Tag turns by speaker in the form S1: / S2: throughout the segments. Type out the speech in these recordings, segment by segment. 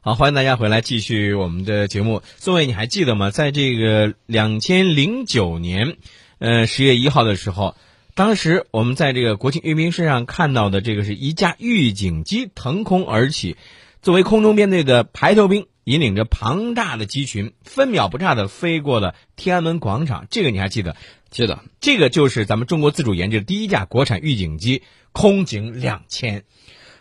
S1: 好，欢迎大家回来继续我们的节目。宋伟，你还记得吗？在这个两千零九年，呃，十月一号的时候，当时我们在这个国庆阅兵式上看到的，这个是一架预警机腾空而起，作为空中编队的排头兵，引领着庞大的机群，分秒不差的飞过了天安门广场。这个你还记得？
S2: 记得，
S1: 这个就是咱们中国自主研制的第一架国产预警机空警两千。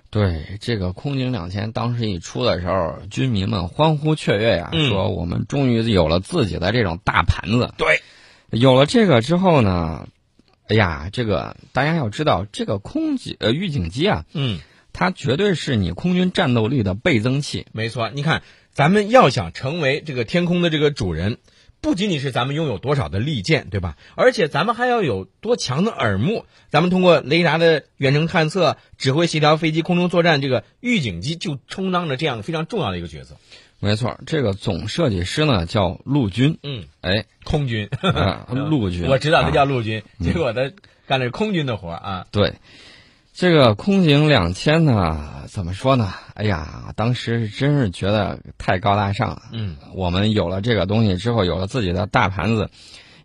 S2: 对这个空警两千当时一出的时候，军民们欢呼雀跃呀、
S1: 嗯
S2: 说我们终于有了自己的这种大盘子。
S1: 对，
S2: 有了这个之后呢，哎呀，这个大家要知道，这个空警呃预警机啊，
S1: 嗯，
S2: 它绝对是你空军战斗力的倍增器。
S1: 没错。你看，咱们要想成为这个天空的这个主人，不仅仅是咱们拥有多少的利剑，对吧？而且咱们还要有多强的耳目。咱们通过雷达的远程探测、指挥协调飞机空中作战，这个预警机就充当着这样非常重要的一个角色。
S2: 没错，这个总设计师呢叫陆军，
S1: 嗯，
S2: 哎，
S1: 空 军，
S2: 啊陆军，
S1: 我知道他
S2: 啊
S1: 叫陆军，结果他干的是空军的活儿啊。
S2: 对，这个空警两千呢，怎么说呢？哎呀，当时真是觉得太高大上了。
S1: 嗯，
S2: 我们有了这个东西之后，有了自己的大盘子，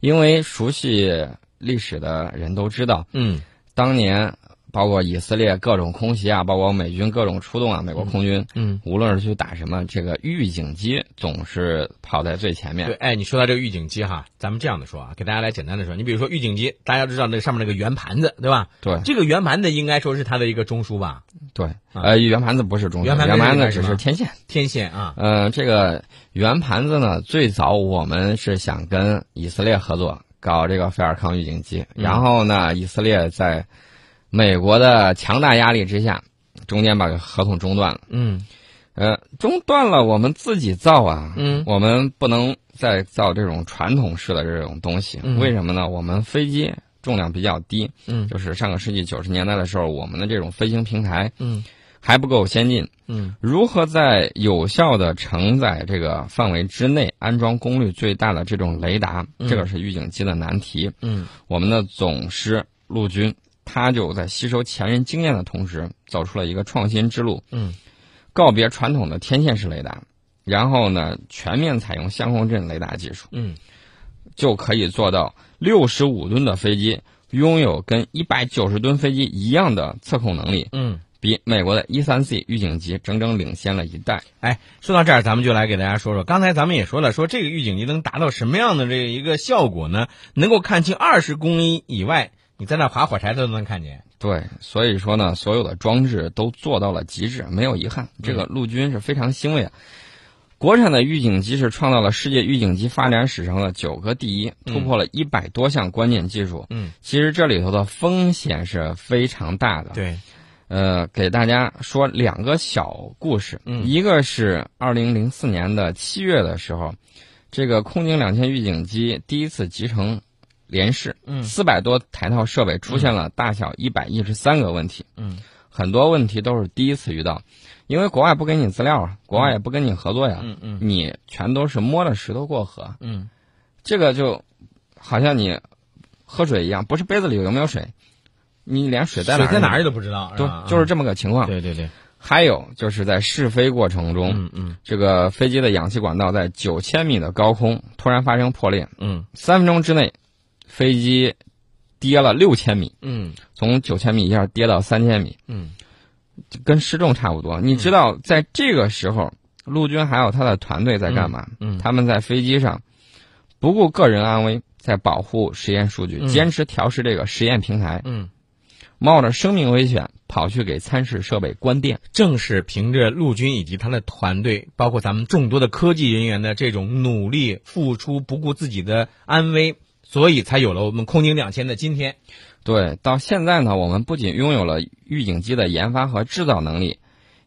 S2: 因为熟悉历史的人都知道，
S1: 嗯，
S2: 当年包括以色列各种空袭啊，包括美军各种出动啊，美国空军，
S1: 嗯，
S2: 无论是去打什么，这个预警机总是跑在最前面
S1: 对，。哎，你说到这个预警机哈，咱们这样的说啊，给大家来简单的说，你比如说预警机，大家都知道那个上面那个圆盘子，对吧？
S2: 对
S1: 这个圆盘子应该说是它的一个中枢吧，
S2: 对，呃，圆盘子不是中
S1: 啊圆
S2: 心，
S1: 盘子
S2: 圆盘子
S1: 是
S2: 只
S1: 什么
S2: 是天线。
S1: 天线啊，
S2: 呃，这个圆盘子呢，最早我们是想跟以色列合作搞这个菲尔康预警机，
S1: 嗯
S2: 然后呢，以色列在美国的强大压力之下，中间把合同中断了。
S1: 嗯
S2: 呃，中断了，我们自己造啊，
S1: 嗯
S2: 我们不能再造这种传统式的这种东西。
S1: 嗯
S2: 为什么呢？我们飞机重量比较低，
S1: 嗯
S2: 就是上个世纪九十年代的时候，我们的这种飞行平台
S1: 嗯
S2: 还不够先进。
S1: 嗯
S2: 如何在有效的承载这个范围之内安装功率最大的这种雷达，
S1: 嗯
S2: 这个是预警机的难题。
S1: 嗯
S2: 我们的总师陆军，他就在吸收前人经验的同时，走出了一个创新之路，
S1: 嗯
S2: 告别传统的天线式雷达，然后呢，全面采用相控阵雷达技术，
S1: 嗯，
S2: 就可以做到六十五吨的飞机拥有跟一百九十吨飞机一样的测控能力，
S1: 嗯。
S2: 比美国的 E 三 C 预警机整整领先了一代。
S1: 哎，说到这儿，咱们就来给大家说说，刚才咱们也说了，说这个预警机能达到什么样的这个一个效果呢？能够看清二十公里以外，你在那划火柴都能看见。
S2: 对，所以说呢，所有的装置都做到了极致，没有遗憾。这个陆军是非常欣慰啊。国产的预警机是创造了世界预警机发展史上的九个第一，突破了一百多项关键技术。
S1: 嗯，
S2: 其实这里头的风险是非常大的。，
S1: 对，
S2: 呃，给大家说两个小故事。
S1: 嗯
S2: 一个是二零零四年的七月的时候，这个空警两千预警机第一次集成连试，
S1: 嗯
S2: 四百多台套设备出现了大小一百一十三个问题，
S1: 嗯
S2: 很多问题都是第一次遇到，因为国外不给你资料啊，国外也不跟你合作呀，
S1: 嗯嗯
S2: 你全都是摸着石头过河，
S1: 嗯
S2: 这个就好像你喝水一样，不是杯子里有没有水，你连水在哪
S1: 水
S2: 儿
S1: 在哪儿你都啊不知道，
S2: 对
S1: 吧，
S2: 就是这么个情况。
S1: 对对对，
S2: 还有就是在试飞过程中，
S1: 嗯嗯
S2: 这个飞机的氧气管道在九千米的高空突然发生破裂，
S1: 嗯
S2: 三分钟之内，飞机跌了六千米，
S1: 嗯
S2: 从九千米一下跌到三千米，
S1: 嗯
S2: 跟失重差不多。你知道，在这个时候，陆军还有他的团队在干嘛？
S1: 嗯
S2: 他们在飞机上不顾个人安危，在保护实验数据，
S1: 嗯
S2: 坚持调试这个实验平台，
S1: 嗯，
S2: 冒着生命危险跑去给参试设备关电。
S1: 正是凭着陆军以及他的团队，包括咱们众多的科技人员的这种努力付出，不顾自己的安危，所以才有了我们空警两千的今天。
S2: 对，到现在呢，我们不仅拥有了预警机的研发和制造能力，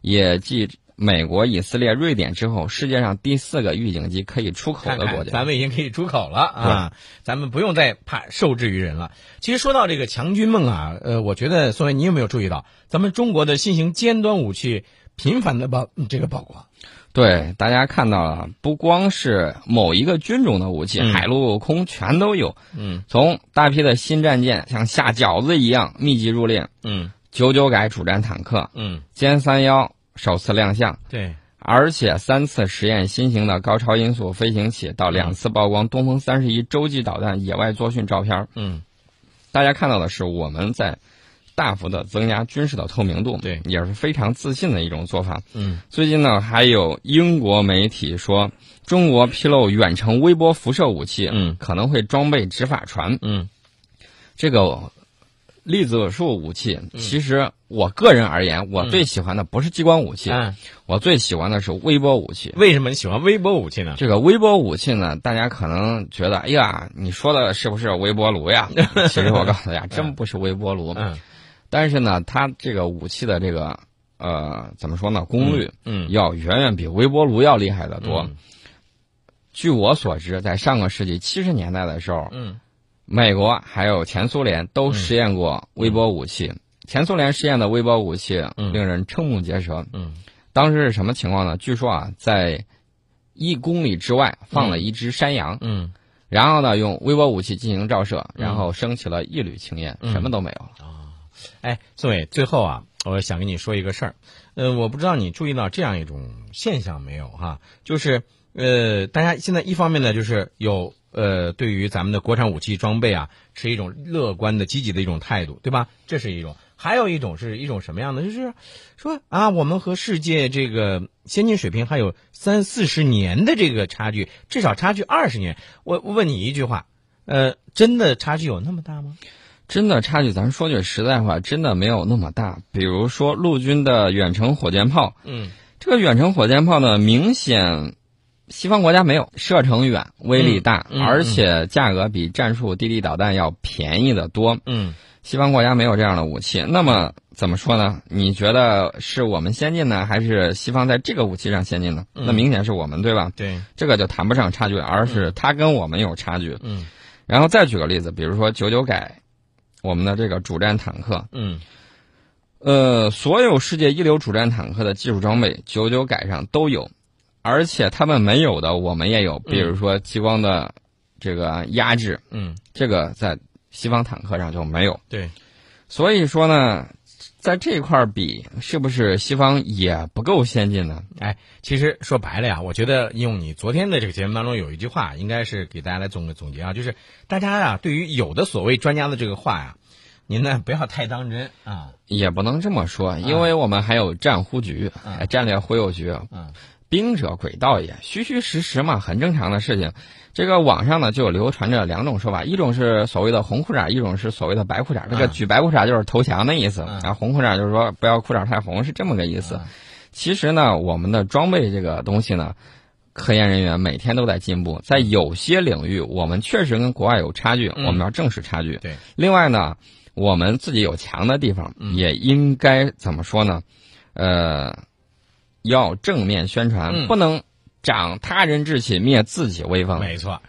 S2: 也继美国、以色列、瑞典之后，世界上第四个预警机可以出口
S1: 看
S2: 的国
S1: 看，
S2: 家。
S1: 咱们已经可以出口了啊，咱们不用再怕受制于人了。其实说到这个强军梦啊，呃，我觉得宋伟，你有没有注意到，咱们中国的新型尖端武器频繁的曝这个曝光？
S2: 对，大家看到了，不光是某一个军种的武器，
S1: 嗯
S2: 海陆空全都有。
S1: 嗯，
S2: 从大批的新战舰像下饺子一样密集入列，
S1: 嗯
S2: 九九改主战坦克、
S1: 嗯，
S2: 歼三幺首次亮相，
S1: 对，
S2: 而且三次实验新型的高超音速飞行器，到两次曝光东风三十一洲际导弹野外作训照片儿。
S1: 嗯
S2: 大家看到的是我们在大幅的增加军事的透明度，
S1: 对
S2: 也是非常自信的一种做法。
S1: 嗯
S2: 最近呢，还有英国媒体说，中国披露远程微波辐射武器，
S1: 嗯
S2: 可能会装备执法船。
S1: 嗯
S2: 这个粒子束武器，
S1: 嗯
S2: 其实我个人而言，我最喜欢的不是激光武器，
S1: 嗯，
S2: 我最喜欢的是微波武器。
S1: 为什么你喜欢微波武器呢？
S2: 这个微波武器呢，大家可能觉得，哎呀，你说的是不是微波炉 呀？其实我告诉大家，真不是微波炉。
S1: 嗯
S2: 但是呢，它这个武器的这个呃，怎么说呢，功率
S1: 嗯，
S2: 要远远比微波炉要厉害得多。
S1: 嗯
S2: 据我所知，在上个世纪七十年代的时候，
S1: 嗯
S2: 美国还有前苏联都实验过微波武器。前苏联实验的微波武器
S1: 嗯
S2: 令人瞠目结舌。
S1: 嗯
S2: 当时是什么情况呢？据说啊，在一公里之外放了一只山羊，
S1: 嗯
S2: 然后呢用微波武器进行照射，
S1: 嗯
S2: 然后升起了一缕青烟，
S1: 嗯
S2: 什么都没有了。
S1: 哎，宋伟，最后啊，我想跟你说一个事儿，呃，我不知道你注意到这样一种现象没有哈、就是呃，大家现在一方面呢，就是有呃，对于咱们的国产武器装备啊，持一种乐观的、积极的一种态度，对吧？这是一种，还有一种是一种什么样的？就是说啊，我们和世界这个先进水平还有三四十年的这个差距，至少差距二十年。我我问你一句话，呃，真的差距有那么大吗？
S2: 真的差距，咱说句实在话，真的没有那么大。比如说陆军的远程火箭炮，
S1: 嗯
S2: 这个远程火箭炮呢，明显西方国家没有，射程远，威力大，
S1: 嗯嗯
S2: 而且价格比战术地地导弹要便宜的多。
S1: 嗯
S2: 西方国家没有这样的武器，那么怎么说呢？你觉得是我们先进呢，还是西方在这个武器上先进呢？
S1: 嗯
S2: 那明显是我们，对吧？
S1: 对。
S2: 这个就谈不上差距，而是它跟我们有差距。
S1: 嗯
S2: 然后再举个例子，比如说九九改，我们的这个主战坦克，
S1: 嗯
S2: 呃，所有世界一流主战坦克的技术装备，九九改上都有，而且他们没有的我们也有，比如说激光的这个压制，
S1: 嗯，
S2: 这个在西方坦克上就没有。
S1: 对，
S2: 所以说呢，在这块儿比，是不是西方也不够先进呢？
S1: 其实说白了呀，我觉得用你昨天的这个节目当中有一句话，应该是给大家来总总结啊，就是大家啊，对于有的所谓专家的这个话呀、您呢不要太当真啊。
S2: 也不能这么说，因为我们还有战忽局、哎
S1: 嗯
S2: 战略忽悠局，啊
S1: 嗯
S2: 兵者诡道也，虚虚实实嘛，很正常的事情。这个网上呢就流传着两种说法，一种是所谓的红裤衩，一种是所谓的白裤衩。这个举白裤衩就是投降的意思，
S1: 嗯
S2: 然后红裤衩就是说不要裤衩太红，是这么个意思
S1: 嗯。
S2: 其实呢，我们的装备这个东西呢，科研人员每天都在进步，在有些领域我们确实跟国外有差距，
S1: 嗯
S2: 我们要正视差距。
S1: 对，嗯
S2: 另外呢，我们自己有强的地方，也应该怎么说呢？呃，要正面宣传，
S1: 嗯
S2: 不能长他人志气，灭自己威风。
S1: 没错。